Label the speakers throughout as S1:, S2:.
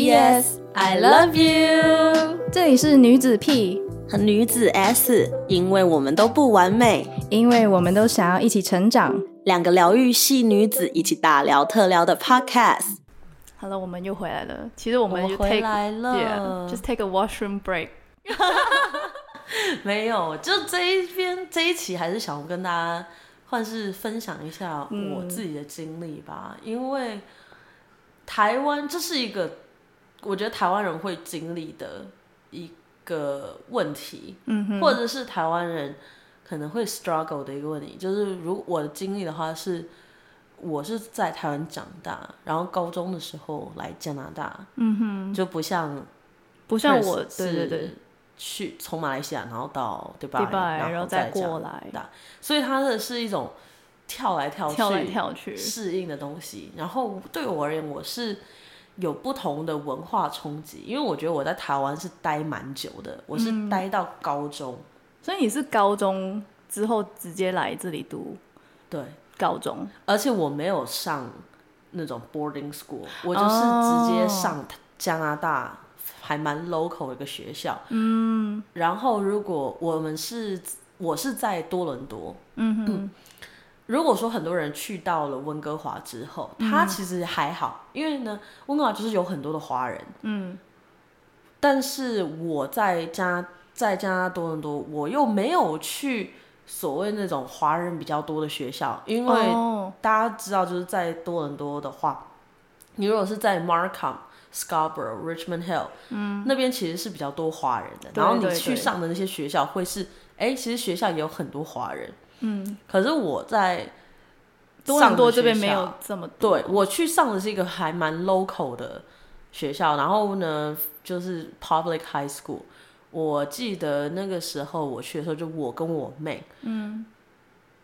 S1: P.S. I love you。
S2: 这里是女子 P，
S3: 和女子 S，因为我们都不完美，
S2: 因为我们都想要一起成长。
S3: 两个疗愈系女子一起大聊特聊的 Podcast。
S1: 好了，我们又回来了。其实我们
S3: 我
S1: 就
S3: 回
S1: take
S3: 来了
S1: yeah，just take a washroom break。
S3: 没有，就这一边这一期还是想跟大家算是分享一下我自己的经历吧，因为台湾这是一个我觉得台湾人会经历的一个问题，
S1: 嗯哼，
S3: 或者是台湾人可能会 struggle 的一个问题，就是如我的经历的话是，我是在台湾长大，然后高中的时候来加拿大，
S1: 嗯哼，
S3: 就不像
S1: 不像
S3: Chris
S1: 我，对对对
S3: 是，去从马来西亚然后到对吧，
S1: 迪拜，然后
S3: 再
S1: 再
S3: 加
S1: 过来，
S3: 所以它的是一种跳来跳去、
S1: 跳来跳去，
S3: 适应的东西。然后对我而言，我是有不同的文化冲击，因为我觉得我在台湾是待蛮久的，我
S1: 嗯
S3: 是待到高中，
S1: 所以你是高中之后直接来这里读
S3: 对，
S1: 高中，
S3: 而且我没有上那种 boarding school，我就是直接上加拿大还蛮 local 的一个学校。嗯，然后如果我们是我是在多伦多，
S1: 嗯哼，
S3: 如果说很多人去到了温哥华之后，他其实还好，因为呢，温哥华就是有很多的华人，
S1: 嗯，
S3: 但是我在加在加拿大多伦多，我又没有去所谓那种华人比较多的学校，因为
S1: 哦
S3: 大家知道，就是在多伦多的话，你如果是在 Markham、Scarborough、Richmond Hill，嗯，那边其实是比较多华人的。
S1: 对
S3: 然后你
S1: 对
S3: 去
S1: 对
S3: 上的那些学校会是，哎、其实学校也有很多华人。
S1: 嗯，
S3: 可是我在
S1: 多伦
S3: 上
S1: 多
S3: 的学
S1: 这边没
S3: 校
S1: 有这么多，
S3: 对我去上的是一个还蛮 local 的学校，然后呢就是 public high school。我记得那个时候我去的时候，就我跟我妹，嗯，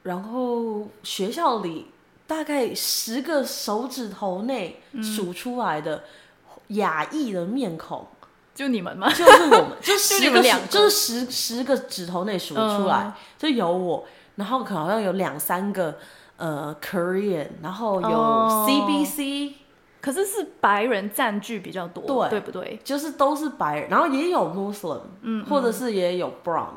S3: 然后学校里大概十个手指头内数出来的亚裔的面孔，
S1: 就你们吗？
S3: 就是我们，就
S1: 就你
S3: 十
S1: 们
S3: 个
S1: 两
S3: 手
S1: 个嗯
S3: 就是十十个指头内数出来，就有我，然后可能好像有两三个呃 Korean，然后有
S1: 哦
S3: CBC，、
S1: 可是是白人占据比较多，
S3: 对
S1: 对不对？
S3: 就是都是白人，然后也有 Muslim，嗯，或者是也有 Brown，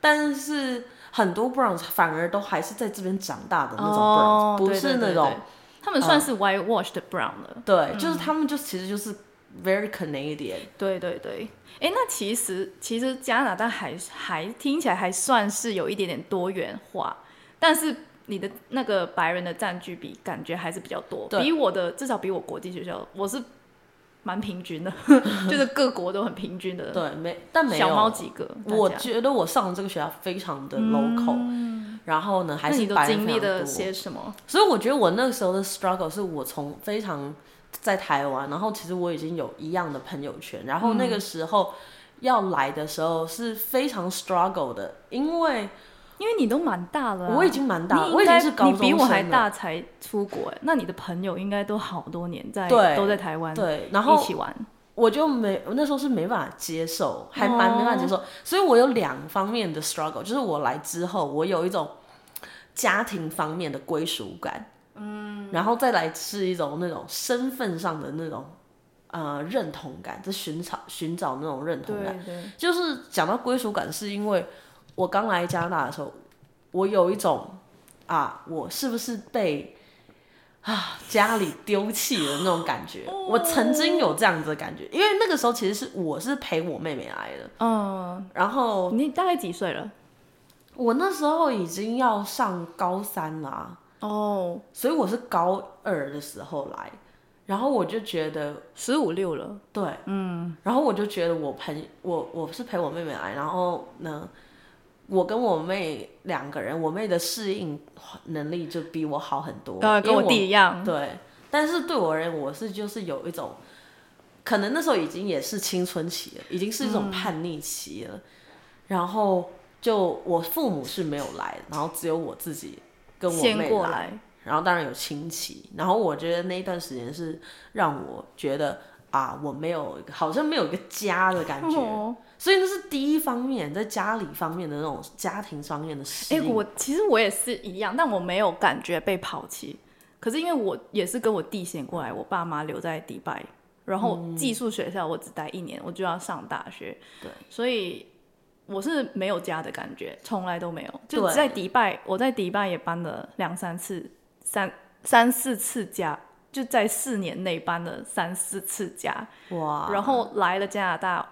S3: 但是很多 Brown 反而都还是在这边长大的那种 Brown，、
S1: 哦
S3: 不是那，
S1: 对对对嗯
S3: 种嗯
S1: 对他们算是 white wash 的 brown 了。
S3: 对就是他们就其实就是 very Canadian，
S1: 对对对，哎，那其实其实加拿大还还听起来还算是有一点点多元化，但是你的那个白人的占据比感觉还是比较多，
S3: 对
S1: 比我的至少比我国际学校我是蛮平均的， 就是各国都很平均的。，
S3: 对，没但没有
S1: 小猫几个，大
S3: 我
S1: 家嗯
S3: 觉得我上的这个学校非常的 local，、然后呢还
S1: 那
S3: 是
S1: 你都
S3: 白人
S1: 经
S3: 非
S1: 历
S3: 常
S1: 了
S3: 多
S1: 些什么？
S3: 所以我觉得我那时候的 struggle 是我从非常在台湾，然后其实我已经有一样的朋友圈，然后那
S1: 嗯
S3: 个时候要来的时候是非常 struggle 的，因为
S1: 因为你都蛮大了啊、
S3: 我已经蛮大，
S1: 你
S3: 我已
S1: 应
S3: 经
S1: 该
S3: 是高
S1: 你
S3: 中
S1: 比我还
S3: 生了，
S1: 大才出国欸，那你的朋友应该都好多年在
S3: 对
S1: 都在台湾，，
S3: 对，然
S1: 一
S3: 后
S1: 起玩，
S3: 我就没我那时候是没办法接受，还蛮
S1: 哦
S3: 没办法接受，所以我有两方面的 struggle，就是我来之后，我有一种家庭方面的归属感，嗯，然后再来是一种那种身份上的那种呃认同感，就寻找寻找那种认同感。
S1: 对，
S3: 就是讲到归属感，是因为我刚来加拿大的时候，我有一种啊，我是不是被啊家里丢弃了那种感觉。我曾经有这样子的感觉，因为那个时候其实是我是陪我妹妹来的，
S1: 嗯，
S3: 然后
S1: 你大概几岁了？
S3: 我那时候已经要上高三啦、
S1: 哦，
S3: 所以我是高二的时候来，然后我就觉得
S1: 十五六了，
S3: 对，嗯，然后我就觉得我陪我我是陪我妹妹来，然后呢，我跟我妹两个人，我妹的适应能力就比我好很多，
S1: 呃，跟
S3: 因
S1: 我
S3: 为
S1: 弟一样，
S3: 对，但是对我而言，我是就是有一种，可能那时候已经也是青春期了，已经是一
S1: 嗯
S3: 种叛逆期了。然后就我父母是没有来，然后只有我自己跟我妹
S1: 先过
S3: 来，
S1: 来，
S3: 然后当然有亲戚。然后我觉得那一段时间是让我觉得啊，我没有好像没有一个家的感觉，
S1: 哦，
S3: 所以那是第一方面，在家里方面的那种家庭方面的适
S1: 哎，
S3: 应。
S1: 我其实我也是一样，但我没有感觉被抛弃，可是因为我也是跟我弟先过来，我爸妈留在迪拜，然后寄宿学校我只待一年，我就要上大学，
S3: 嗯对，
S1: 所以我是没有家的感觉，从来都没有。就
S3: 对
S1: 在迪拜，我在迪拜也搬了两三次，三三四次家，就在四年内搬了三四次家，
S3: 哇，
S1: 然后来了加拿大。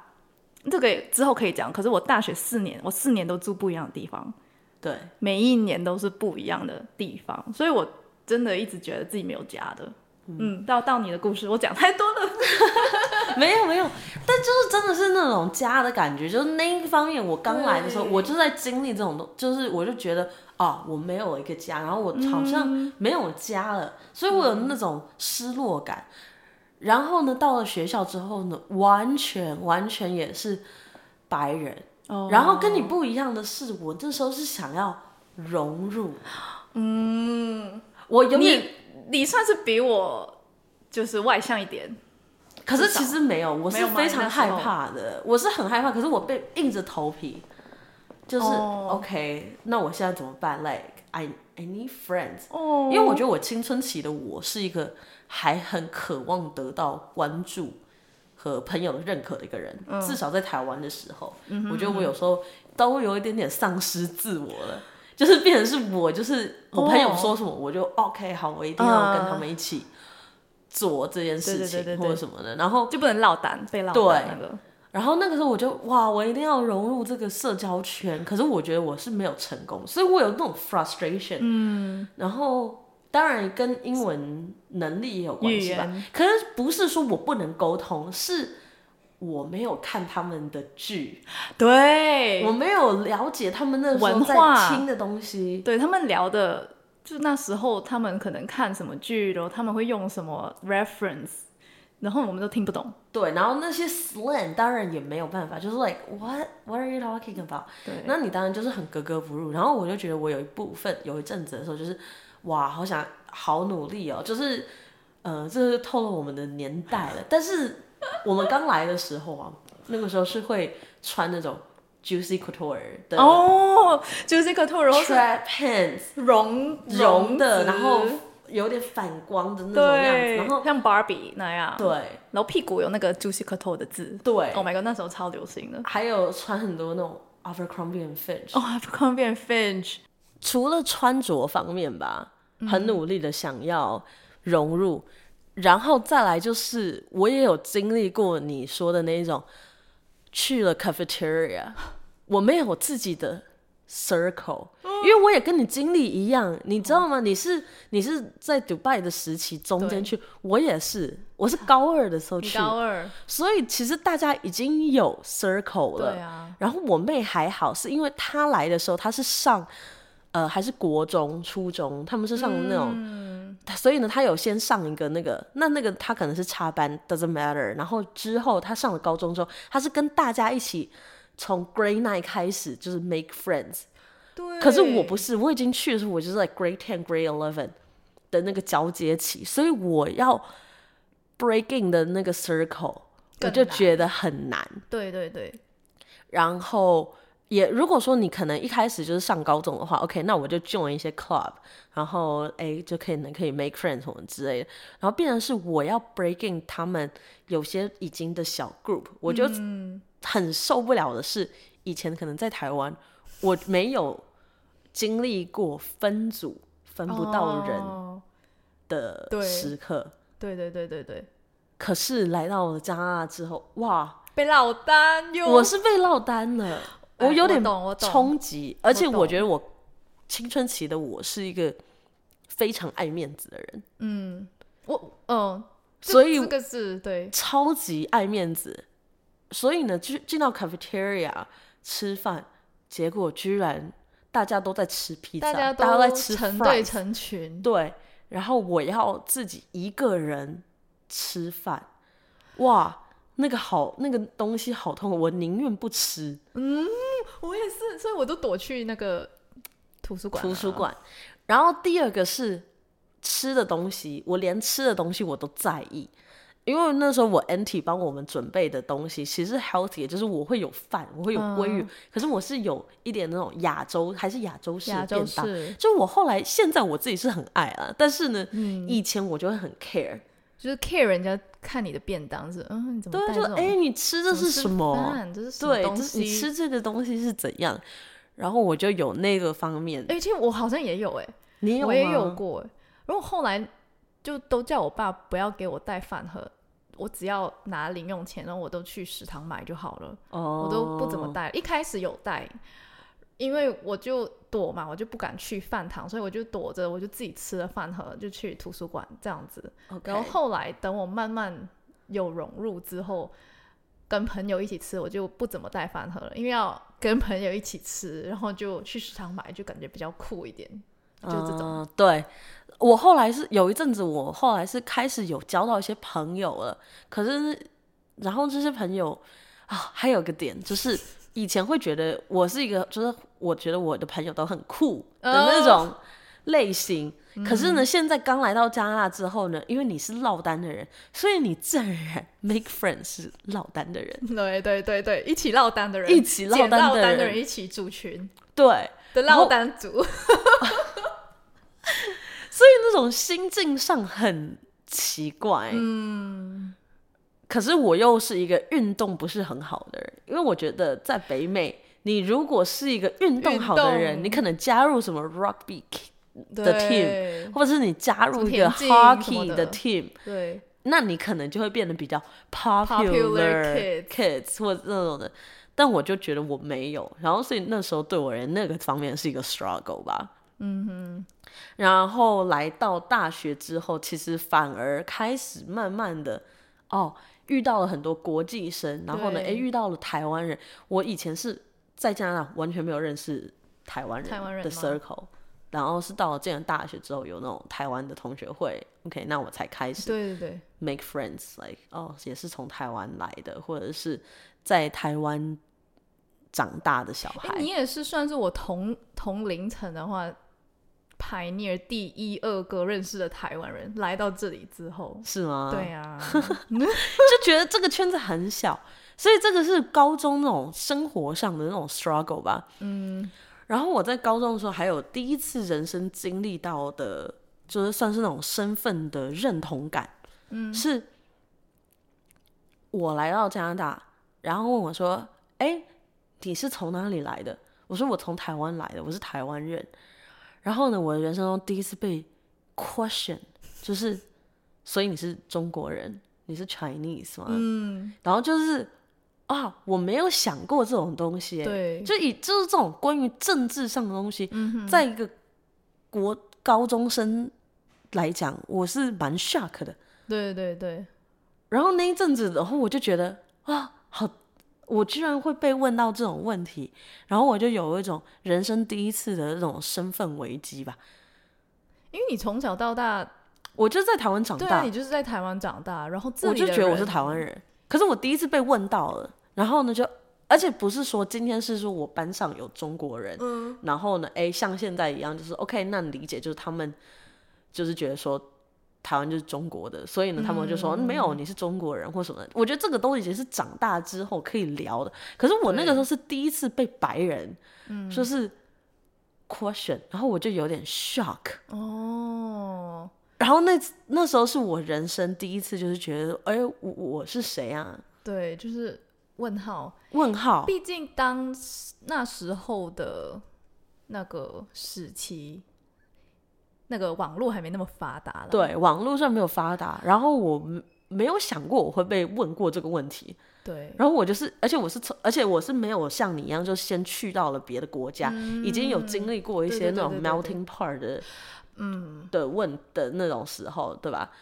S1: 这个也之后可以讲，可是我大学四年，我四年都住不一样的地方，
S3: 对，
S1: 每一年都是不一样的地方，所以我真的一直觉得自己没有家的。嗯，到到你的故事，我讲太多了。
S3: 没有没有，但就是真的是那种家的感觉，就是那一方面，我刚来的时候，
S1: 对
S3: 我就在经历这种东，就是我就觉得啊，我没有一个家，然后我好像
S1: 嗯
S3: 没有家了，所以我有那种失落感。然后呢，到了学校之后呢，完全完全也是白人，
S1: 哦
S3: 然后跟你不一样的是，我那时候是想要融入，嗯，我永远
S1: 哦你你算是比我就是外向一点，
S3: 可是其实没有，我
S1: 没
S3: 是
S1: 有吗
S3: 非常
S1: 那时候
S3: 害怕的，我是很害怕，可是我被硬着头皮，就是、
S1: 哦
S3: OK，那我现在怎么办？Like I I need friends，、
S1: 哦
S3: 因为我觉得我青春期的我是一个还很渴望得到关注和朋友的认可的一个人，
S1: 嗯
S3: 至少在台湾的时候，我觉得我有时候都有一点点丧失自我了。就是变成是我，就是我朋友
S1: 哦嗯
S3: 说什么我就 OK，好，我一定要跟他们一起做这件事
S1: 对对
S3: 情
S1: 对对对
S3: 或者什么的。然后
S1: 就不能落单被落
S3: 对
S1: 单那个。
S3: 然后那个时候我就哇，我一定要融入这个社交圈，可是我觉得我是没有成功，所以我有那种 frustration。嗯，然后当然跟英文能力也有关系吧
S1: 语言，
S3: 可是不是说我不能沟通，是我没有看他们的剧，
S1: 对，
S3: 我没有了解他们那时候
S1: 文
S3: 在
S1: 化
S3: 听的东西。
S1: 对他们聊的，就那时候他们可能看什么剧，然后他们会用什么 reference，然后我们都听不懂。
S3: 对，然后那些 slang 当然也没有办法，就是 like what what are you talking about？
S1: 对，
S3: 那你当然就是很格格不入。然后我就觉得我有一部分有一阵子的时候，就是哇，好想好努力哦，就是呃，这是透露我们的年代了。但是我们刚来的时候啊，那个时候是会穿那种 juicy couture 的
S1: 哦，就是这个 t 然后是
S3: trap pants
S1: 绒
S3: 绒的，
S1: 子
S3: 然后有点反光的那种样子，
S1: 对，
S3: 然后
S1: 像 Barbie 那样，，
S3: 对
S1: 然后屁股有那个 Juicy c u t o 的字
S3: 对，
S1: ，Oh my god，那时候超流行的。
S3: 还有穿很多那种 Abercrombie and Fitch
S1: 哦、i v e c o m b i n Finch，
S3: 除了穿着方面吧，
S1: 嗯
S3: 很努力的想要融入，然后再来就是我也有经历过你说的那一种，去了 cafeteria，我没有自己的 circle，、因
S1: 哦
S3: 为我也跟你经历一样，你知道吗？你是你是在 Dubai 的时期中间
S1: 对
S3: 去，我也是，我是高二的时候
S1: 你
S3: 去，
S1: 高二，
S3: 所以其实大家已经有 circle 了。
S1: 对啊，
S3: 然后我妹还好，是因为她来的时候她是上，呃，还是国中、初中，他们是上那种，
S1: 嗯
S3: 她所以呢，她有先上一个那个，那那个她可能是插班，doesn't matter。然后之后她上了高中之后，她是跟大家一起从 grade nine 开始就是 make friends。
S1: 对。
S3: 可是我不是，我已经去的时候，我就是 like grade ten、grade eleven 的那个交接期，所以我要 breaking 的那个 circle，我
S1: 更
S3: 就
S1: 难
S3: 觉得很难。
S1: 对对对，
S3: 然后也如果说你可能一开始就是上高中的话，OK，那我就 join 一些 club，然后诶就可以能可以 make friends 什么之类的，然后变成是我要 breaking 他们有些已经的小 group，我就
S1: 嗯
S3: 很受不了的是，以前可能在台湾我没有经历过分组分不到人
S1: 哦
S3: 的
S1: 对
S3: 时刻。
S1: 对对对对对，
S3: 可是来到了加拿大之后，哇，
S1: 被落单又
S3: 我是被落单了，
S1: 哦哎
S3: 有点
S1: 我懂我懂
S3: 冲击，而且
S1: 我懂
S3: 我觉得我青春期的我是一个非常爱面子的人，
S1: 我嗯，这
S3: 所以
S1: 这个是对
S3: 超级爱面子，所以呢，就进到 cafeteria 吃饭，结果居然大家都在吃披萨，
S1: 大
S3: 大
S1: 家
S3: 家在吃
S1: 成
S3: fries
S1: 对成群，
S3: 对，然后我要自己一个人吃饭，哇，那个好，那个东西好痛，我宁愿不吃。
S1: 我也是，所以我都躲去那个图书馆啊、
S3: 图书馆。然后第二个是吃的东西，我连吃的东西我都在意，因为那时候我 Anty 帮我们准备的东西其实 healthy，的就是我会有饭，我会有鲑
S1: 嗯
S3: 鱼，可是我是有一点那种亚洲还是亚洲式
S1: 亚
S3: 的
S1: 洲
S3: 啊便当。
S1: 式
S3: 就我后
S1: 嗯
S3: 来现在我自己是很爱啊，但是呢，以前我就会很 care，
S1: 就是 care 人家看你的便当是，嗯，你怎么
S3: 对，
S1: 带
S3: 就
S1: 这
S3: 哎、
S1: 种？
S3: 诶你吃这是什么？
S1: 饭？这是什么
S3: 对，
S1: 东
S3: 这
S1: 西？
S3: 你吃这个东西是怎样？然后我就有那个方面，
S1: 哎、其实我好像也有哎、
S3: 你有
S1: 我也
S3: 吗
S1: 有过、欸。然后后来就都叫我爸不要给我带饭盒，我只要拿零用钱，然后我都去食堂买就好了，
S3: 哦，
S1: 我都不怎么带。一开始有带，因为我就躲嘛，我就不敢去饭堂，所以我就躲着，我就自己吃了饭盒就去图书馆这样子。
S3: OK。
S1: 然后后来等我慢慢有融入之后，跟朋友一起吃，我就不怎么带饭盒了，因为要跟朋友一起吃，然后就去食堂买，就感觉比较酷一点，就这种。
S3: 嗯对，我后来是有一阵子，我后来是开始有交到一些朋友了，可是然后这些朋友啊，还有个点就是以前会觉得我是一个，就是我觉得我的朋友都很酷的
S1: 哦
S3: 那种类型。
S1: 嗯
S3: 可是呢，现在刚来到加拿大之后呢，因为你是落单的人，所以你自然而然 make friends 是落单的人，
S1: 对对对对，一起落单的人，
S3: 嗯一起落
S1: 捡
S3: 单
S1: 落
S3: 的
S1: 单的
S3: 人
S1: 人一起组群
S3: 对，
S1: 的
S3: 然后
S1: 落单 组，
S3: 所以那种心境上很奇怪。嗯，可是我又是一个运动不是很好的人，因为我觉得在北美，你如果是一个运动好的
S1: 运
S3: 人，
S1: 动
S3: 你可能加入什么 rugby，
S1: 对
S3: team 或者是你加入一个
S1: 什么田径什
S3: hockey
S1: 么的
S3: 的 team，
S1: 对，
S3: 那你可能就会变得比较
S1: Popular kids
S3: kids 或者那种的。但我就觉得我没有，然后所以那时候对我而言，那个方面是一个 struggle 吧。嗯哼。然后来到大学之后，其实反而开始慢慢的，哦，遇到了很多国际生，然后呢，
S1: 对
S3: 诶，遇到了台湾人。我以前是在加拿大完全没有认识台湾人
S1: 台湾人
S3: 的
S1: 吗
S3: circle，然后是到了这样大学之后，有那种台湾的同学会，OK，那我才开始
S1: 对对对，
S3: make friends，like 哦，也是从台湾来的，或者是在台湾长大的小
S1: 哎、
S3: 孩
S1: 你。也是算是我同同龄层的话，排 r 第一二个认识的台湾人来到这里之后，
S3: 是吗？
S1: 对，啊，
S3: 就觉得这个圈子很小，所以这个是高中那种生活上的那种 struggle 吧。嗯，然后我在高中的时候，还有第一次人生经历到的，就是算是那种身份的认同感。嗯，是我来到加拿大，然后问我说：“哎、你是从哪里来的？”我说：“我从台湾来的，我是台湾人。”然后呢，我的人生中第一次被 question，就是，所以你是中国人，你是 Chinese 吗？
S1: 嗯，
S3: 然后就是啊，我没有想过这种东西耶，
S1: 对，嗯
S3: 就以就是这种关于政治上的东西，在一个国高中生来讲，我是蛮 shock 的。
S1: 对对对，
S3: 然后那一阵子，然后我就觉得啊，好，我居然会被问到这种问题，然后我就有一种人生第一次的这种身份危机吧。
S1: 因为你从小到大，
S3: 我就在台湾长
S1: 对
S3: 大，
S1: 啊，你就是在台湾长大，然后这
S3: 我
S1: 里
S3: 就
S1: 的
S3: 觉得我
S1: 人
S3: 是台湾人，可是我第一次被问到了，然后呢就，而且不是说今天是说我班上有中国人，嗯，然后呢，哎，像现在一样，就是 OK，那你理解就是他们就是觉得说台湾就是中国的，所以呢，他们就
S1: 嗯
S3: 说、没有你是中国人或什么的。我觉得这个都已经是长大之后可以聊的，可是我那个时候是第一次被白人，
S1: 嗯
S3: 就是 question，然后我就有点 shock，
S1: 哦，
S3: 然后那次那时候是我人生第一次，就是觉得，哎、我我是谁啊？
S1: 对，就是问号。
S3: 问号。
S1: 毕竟当时那时候的那个时期，那个网络还没那么发达了。，
S3: 对，网络上没有发达，然后我没没有想过我会被问过这个问题。
S1: 对，
S3: 然后我就是，而且我是从，而且我是没有像你一样，就先去到了别的国家，已经有经历过一
S1: 对
S3: 些
S1: 嗯对
S3: 那
S1: 对
S3: 种
S1: 对对对
S3: melting part 的，嗯，的问的那种时候，对吧？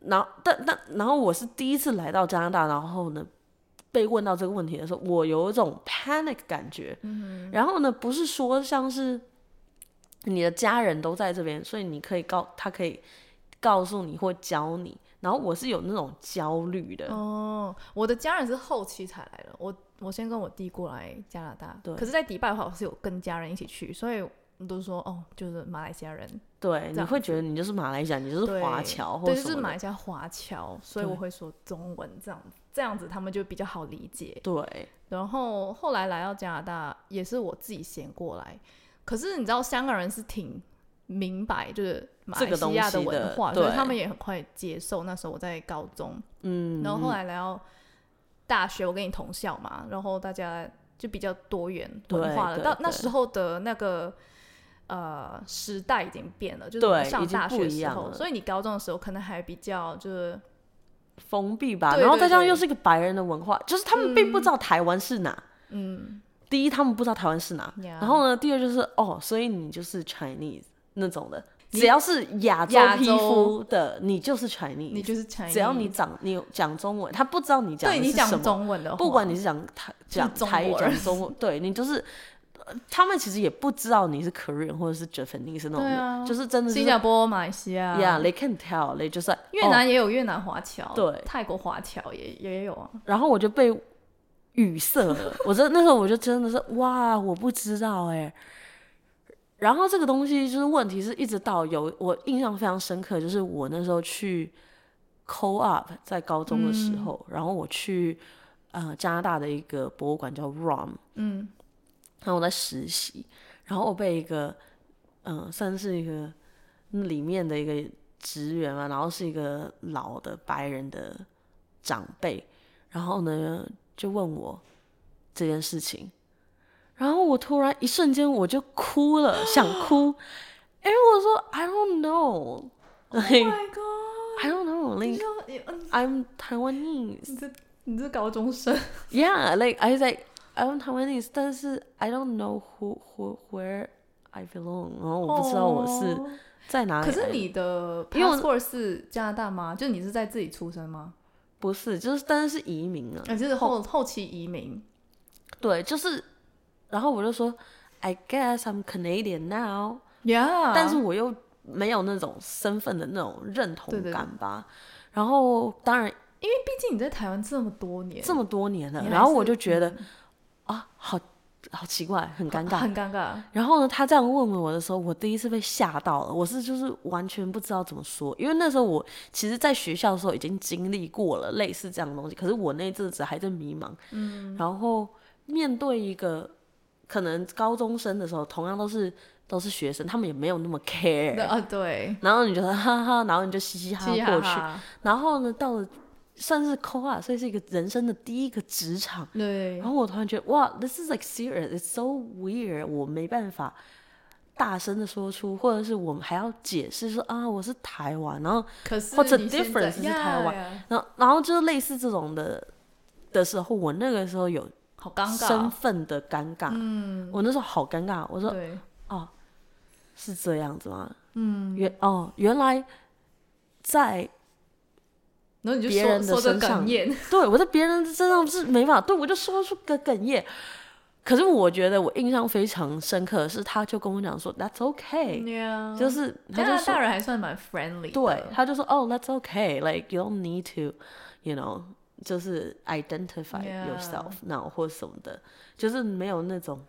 S3: 然后，但但然后我是第一次来到加拿大，然后呢，被问到这个问题的时候，我有一种 panic 感觉。嗯、然后呢，不是说像是你的家人都在这边，所以你可以告他可以告诉你或教你。然后我是有那种焦虑的，
S1: 哦，我的家人是后期才来的，我我先跟我弟过来加拿大，
S3: 对
S1: 可是，在迪拜的话，我是有跟家人一起去，所以我们都说哦，就是马来西亚人，
S3: 对，你
S1: 样
S3: 会觉得你就是马来西亚，你就是
S1: 对
S3: 华侨或
S1: 对，
S3: 什
S1: 就
S3: 么
S1: 是
S3: 的
S1: 马来西亚华侨，所以
S3: 对
S1: 我会说中文这样，这样子他们就比较好理解。
S3: 对
S1: 然后后来来到加拿大，也是我自己先过来，可是你知道香港人是挺明白就是马
S3: 这
S1: 来
S3: 个东
S1: 西亚的
S3: 西
S1: 文
S3: 的
S1: 化，所以
S3: 对
S1: 他们也很快接受。那时候我在高中，
S3: 嗯，
S1: 然后后来来到大学，我跟你同校嘛，然后大家就比较多元文化了。
S3: 对对
S1: 到那
S3: 对
S1: 时候的那个呃时代已经变了，就是
S3: 对
S1: 我上
S3: 已经
S1: 大
S3: 不
S1: 学的
S3: 一
S1: 时
S3: 样
S1: 候，
S3: 了
S1: 所以你高中的时候可能还比较就是
S3: 封闭吧，
S1: 对
S3: 然后
S1: 对
S3: 再加上
S1: 对
S3: 又是一个白人的文化，就是他们并不知道台湾是哪。
S1: 嗯，
S3: 第一，他们不知道台湾是哪。
S1: Yeah
S3: 然后呢，第二就是哦，所以你就是 Chinese 那种的，只要是亚洲
S1: 亚
S3: 皮
S1: 洲
S3: 肤的，你就是 Chinese。
S1: 你就是 Chinese，
S3: 只要你讲你有讲中文，他不知道你讲
S1: 对
S3: 的
S1: 你
S3: 是
S1: 讲
S3: 什么，
S1: 中文的话，
S3: 不管你是讲台讲
S1: 中
S3: 台语
S1: 国人
S3: 讲中 文，对你就是。呃他们其实也不知道你是 Korean 或者是 Japanese 那种
S1: 对
S3: 的，
S1: 啊
S3: 就是真的是
S1: 新加坡、马来西亚、
S3: ，Yeah，they can tell，they just like 哦
S1: 越南也有越南华侨，
S3: 对
S1: 泰国华侨也也有啊。
S3: 然后我就被语塞了。我真那时候我就真的是哇，我不知道哎、然后这个东西就是问题是一直到有我印象非常深刻，就是我那时候去 co op 在高中的时候，然后我去呃加拿大的一个博物馆叫 ROM，
S1: 嗯，
S3: 然后我在实习，然后我被一个嗯、呃算是一个里面的一个职员嘛，然后是一个老的白人的长辈，然后呢就问我这件事情，然后我突然一瞬间我就哭了，想哭，因为我说 I don't know，
S1: Oh
S3: like
S1: my god！
S3: I don't know
S1: 你
S3: like
S1: 知道你嗯
S3: I'm Taiwanese。
S1: 你这你这高中生，
S3: Yeah, like I was like I'm Taiwanese，但是 I don't know who who where I belong，然后我不知道我是
S1: 哦
S3: 在哪里哎
S1: 可
S3: 来的。
S1: 是你的
S3: 因为我
S1: passport 是加拿大吗？就是你是在自己出生吗？
S3: 不是，就是但是是移民啊，
S1: 呃，就是后后期移民。
S3: 对，就是，然后我就说 I guess I'm Canadian now，、
S1: Yeah，
S3: 但是我又没有那种身份的那种认同
S1: 对对对
S3: 感吧。然后当然
S1: 毕竟你在台湾这么多年，
S3: 这么多年了，
S1: 你还
S3: 然后
S1: 是嗯
S3: 我就觉得、啊，好好奇怪，很尴尬，
S1: 很尴尬。
S3: 然后呢，他这样问我的时候，我第一次被吓到了。我是就是完全不知道怎么说，因为那时候我其实，在学校的时候已经经历过了类似这样的东西，可是我那阵子还在迷茫。嗯，然后面对一个可能高中生的时候，同样都是都是学生，他们也没有那么 care。
S1: 啊，对，
S3: 然后你就说哈哈，然后你就嘻嘻哈
S1: 嘻嘻
S3: 哈
S1: 哈
S3: 过去。
S1: 哈，
S3: 然后呢，到了算是 co 啊，所以是一个人生的第一个职场。
S1: 对
S3: 然，后我突然觉得，哇，this is like serious, it's so weird，我没办法大声的说出，或者是我们还要解释说啊，我是台湾，然后
S1: 可是
S3: 或者
S1: 你现在
S3: difference 是台湾，
S1: 呀呀
S3: 然后然后就是类似这种的的时候，我那个时候有
S1: 好尴
S3: 身
S1: 尬。啊
S3: 份的尴尬，嗯，我那时候好尴尬，我说
S1: 对，
S3: 哦，是这样子吗？嗯，原哦原来在
S1: 然后你就
S3: 别人
S1: 说
S3: 的
S1: 说着
S3: 身上
S1: 哽咽，
S3: 对，我在别人身上是没办法，对我就说出个哽咽。可是我觉得我印象非常深刻的是，他就跟我讲说 “That's okay”，、
S1: Yeah
S3: 就是他
S1: 加
S3: 就
S1: 拿
S3: 说
S1: 大人还算蛮 friendly，的
S3: 对，他就说哦、t h a t s okay，like you don't need to，you know，就是 identify
S1: Yeah
S3: yourself now 或什么的，就是没有那种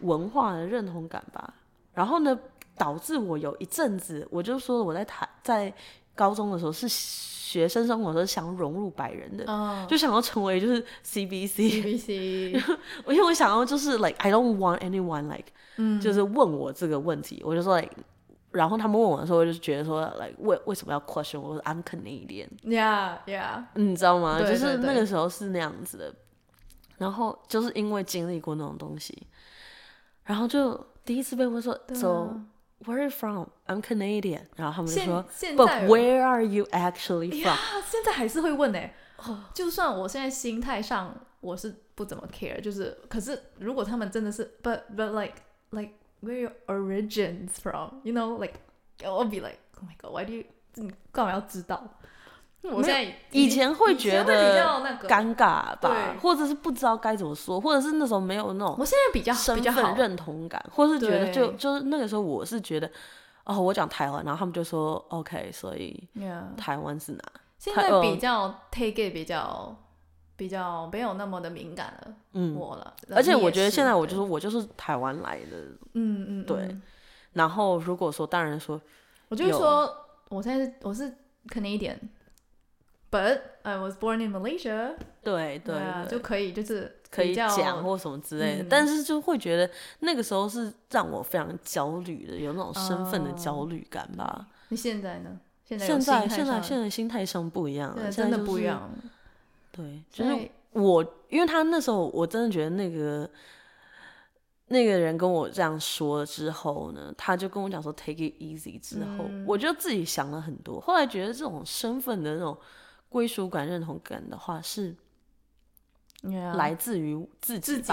S3: 文化的认同感吧。然后呢，导致我有一阵子，我就说了我在台在高中的时候是学生生活的时候想融入白人的，
S1: 嗯
S3: 就想要成为就是 CBC，
S1: ，BBC，
S3: 因为我想要就是 like I don't want anyone like，、就是
S1: 嗯
S3: 问我这个问题，我就说 like，然后他们问我的时候，我就觉得说 like 为为什么要 question 我我说 I'm Canadian，
S1: yeah yeah，
S3: 你知道吗？就
S1: 对对
S3: 是那
S1: 对
S3: 个时候是那样子的，然后就是因为经历过那种东西，然后就第一次被问说
S1: 对啊
S3: so where are you from I'm Canadian，然后他们就
S1: 现
S3: 说
S1: 现
S3: but
S1: 在我
S3: where are you actually from？、
S1: 啊，现在还是会问呢、欸就算我现在心态上我是不怎么 care，就是可是如果他们真的是 but but like like where your origins from you know like I'll be like oh my god why do you 你干嘛要知道？我现在
S3: 以前会
S1: 以
S3: 觉
S1: 前
S3: 得
S1: 会比较那个，
S3: 尴尬吧
S1: 对，
S3: 或者是不知道该怎么说，或者是那种没有那种
S1: 我现在比较
S3: 身
S1: 比较好
S3: 份认同感，或是觉得就
S1: 对
S3: 就是那个时候我是觉得，哦，我讲台湾，然后他们就说 OK，所以
S1: Yeah
S3: 台湾是哪？
S1: 现
S3: 太
S1: 在
S3: 呃
S1: 比较 take it 比较比较没有那么的敏感了，
S3: 嗯，
S1: 我了。
S3: 而且
S1: 你也
S3: 我觉得
S1: 是
S3: 现在我就
S1: 对
S3: 说我就是台湾来的，
S1: 嗯嗯
S3: 对
S1: 嗯
S3: 然后如果说当然说
S1: 我就会
S3: 有
S1: 说，我现在是我是 Canadian，but but I was born in Malaysia，
S3: 对对
S1: 啊，
S3: 对
S1: 就可以就是
S3: 可以
S1: 比较
S3: 讲或什么之类的，
S1: 嗯
S3: 但是就会觉得那个时候是让我非常焦虑的，有那种身份的焦虑感吧。
S1: 你现在呢？哦嗯现在有
S3: 现在
S1: 心态
S3: 现在
S1: 上
S3: 现在心态上不一样了，
S1: 对
S3: 现在
S1: 真的
S3: 就
S1: 不一
S3: 是。
S1: 样，
S3: 对，就
S1: 所
S3: 是
S1: 以
S3: 我，因为他那时候我真的觉得那个那个人跟我这样说了之后呢，他就跟我讲说 “take it easy” 之后，
S1: 嗯
S3: 我就自己想了很多。后来觉得这种身份的那种归属感、认同感的话，是来自于自己
S1: 嗯自己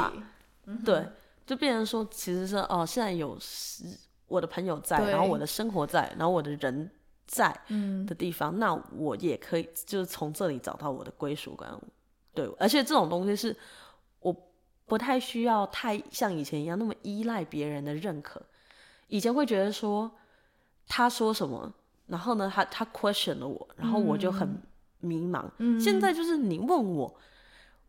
S1: 嗯
S3: 吧？对，就变成说，其实是哦，现在有是我的朋友在，然后
S1: 对
S3: 我的生活在，然后我的人在
S1: 嗯
S3: 的地方，那我也可以就是从这里找到我的归属感。对，而且这种东西是我不太需要太像以前一样那么依赖别人的认可。以前会觉得说他说什么，然后呢，他他 question 了我，然后我就很迷茫。
S1: 嗯
S3: 现在就是你问我，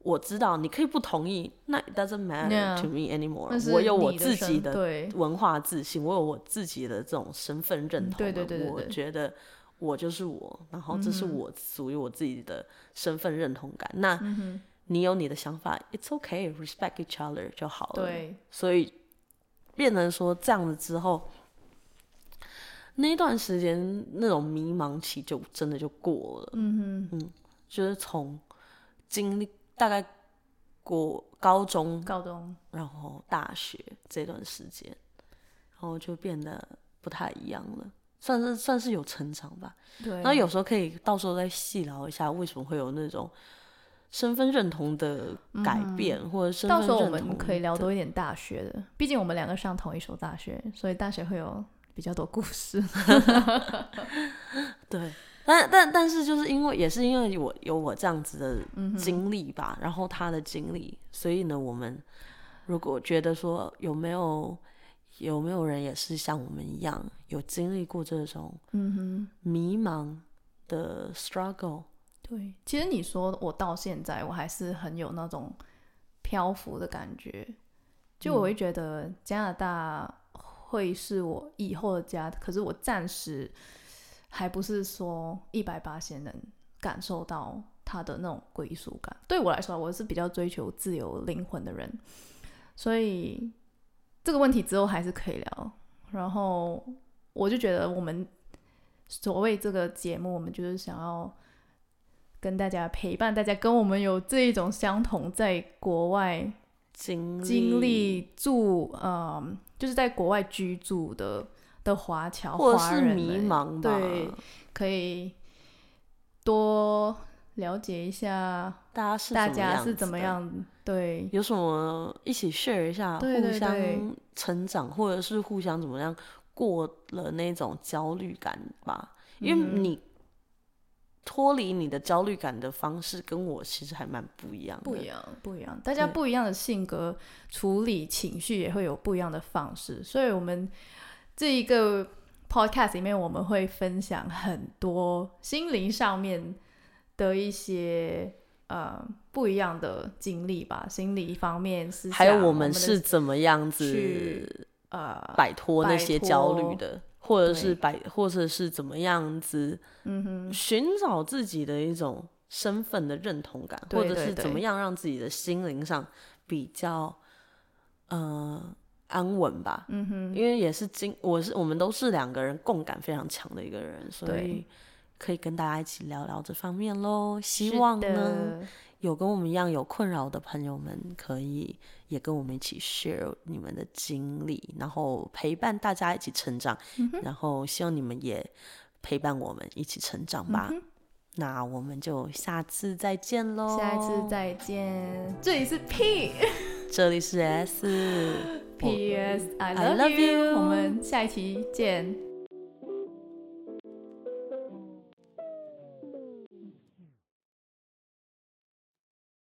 S3: 我知道你可以不同意，那 it doesn't matter
S1: Yeah
S3: to me anymore
S1: 那是。
S3: 我有我
S1: 你的
S3: 自己
S1: 身
S3: 的
S1: 对
S3: 文化自信，我有我自己的这种身份认同了。啊
S1: 嗯对对对对嗯
S3: 我
S1: 对
S3: 觉得我就是我，然后这是我属于我自己的身份认同感。
S1: 嗯
S3: 那你有你的想法，it's okay，respect each other 就好了。
S1: 对，
S3: 所以变成说这样子之后，那一段时间那种迷茫期就真的就过了。
S1: 嗯哼，
S3: 就是从经历大概过高中，
S1: 高中
S3: 然后大学这段时间，然后就变得不太一样了，算是算是有成长吧。
S1: 对，啊
S3: 然后有时候可以到时候再细聊一下，为什么会有那种身份认同的改变，或者身份
S1: 嗯
S3: 认
S1: 到时候
S3: 同
S1: 我们可以聊
S3: 的
S1: 多一点大学的，毕竟我们两个上同一所大学，所以大学会有比较多故事。
S3: 对，但但但是就是因为也是因为我有我这样子
S1: 嗯
S3: 的经历吧，然后他的经历，所以呢，我们如果觉得说有没有有没有人也是像我们一样有经历过这种
S1: 嗯
S3: 迷茫的 struggle，
S1: 哼，对，其实你说我到现在，我还是很有那种漂浮的感觉，就我会觉得加拿大会是我以后的家，可是我暂时还不是说一百八先能感受到它的那种归属感。对我来说，我是比较追求自由灵魂的人，所以这个问题之后还是可以聊。然后我就觉得我们所谓这个节目，我们就是想要跟大家陪伴大家，跟我们有这一种相同在国外
S3: 经历
S1: 经历住，嗯，就是在国外居住的的华侨
S3: 或者
S1: 华
S3: 是
S1: 人
S3: 迷
S1: 们
S3: 茫吧，
S1: 对，可以多了解一下
S3: 大家是
S1: 大
S3: 什么
S1: 家
S3: 样
S1: 是
S3: 子
S1: 怎么
S3: 的。
S1: 样，对，
S3: 有什么一起 share 一下，
S1: 对对
S3: 互相
S1: 对
S3: 成长，或者是互相怎么样过了那种焦虑感吧？因为
S1: 嗯
S3: 你脱离你的焦虑感的方式，跟我其实还蛮不一样的。
S1: 不一样，不一样，大家
S3: 对
S1: 不一样的性格处理情绪也会有不一样的方式，所以我们这一个 podcast 里面我们会分享很多心灵上面的一些呃不一样的经历吧，心理方面思想，
S3: 还有
S1: 我
S3: 我们
S1: 的
S3: 是怎么样子
S1: 去呃，
S3: 摆脱那些
S1: 摆脱
S3: 焦虑的，或者是
S1: 对
S3: 摆，或者是怎么样子
S1: 嗯哼，
S3: 寻找自己的一种身份的认同感，
S1: 对
S3: 或者
S1: 对
S3: 是怎
S1: 对
S3: 么样让自己的心灵上比较呃安稳吧。
S1: 嗯哼，
S3: 因为也是经，我是我们都是两个人共感非常强的一个人，所
S1: 对
S3: 以可以跟大家一起聊聊这方面喽。希
S1: 是
S3: 望呢，
S1: 的，
S3: 有跟我们一样有困扰的朋友们，可以也跟我们一起 share 你们的经历，然后陪伴大家一起成长。
S1: 嗯
S3: 然后希望你们也陪伴我们一起成
S1: 嗯
S3: 长吧。那我们就下次再见喽！
S1: 下一次，再见，这里是 P
S3: 这里是 S，我
S1: P S I
S3: I
S1: love
S3: love
S1: you，
S3: you
S1: 我们下一期见，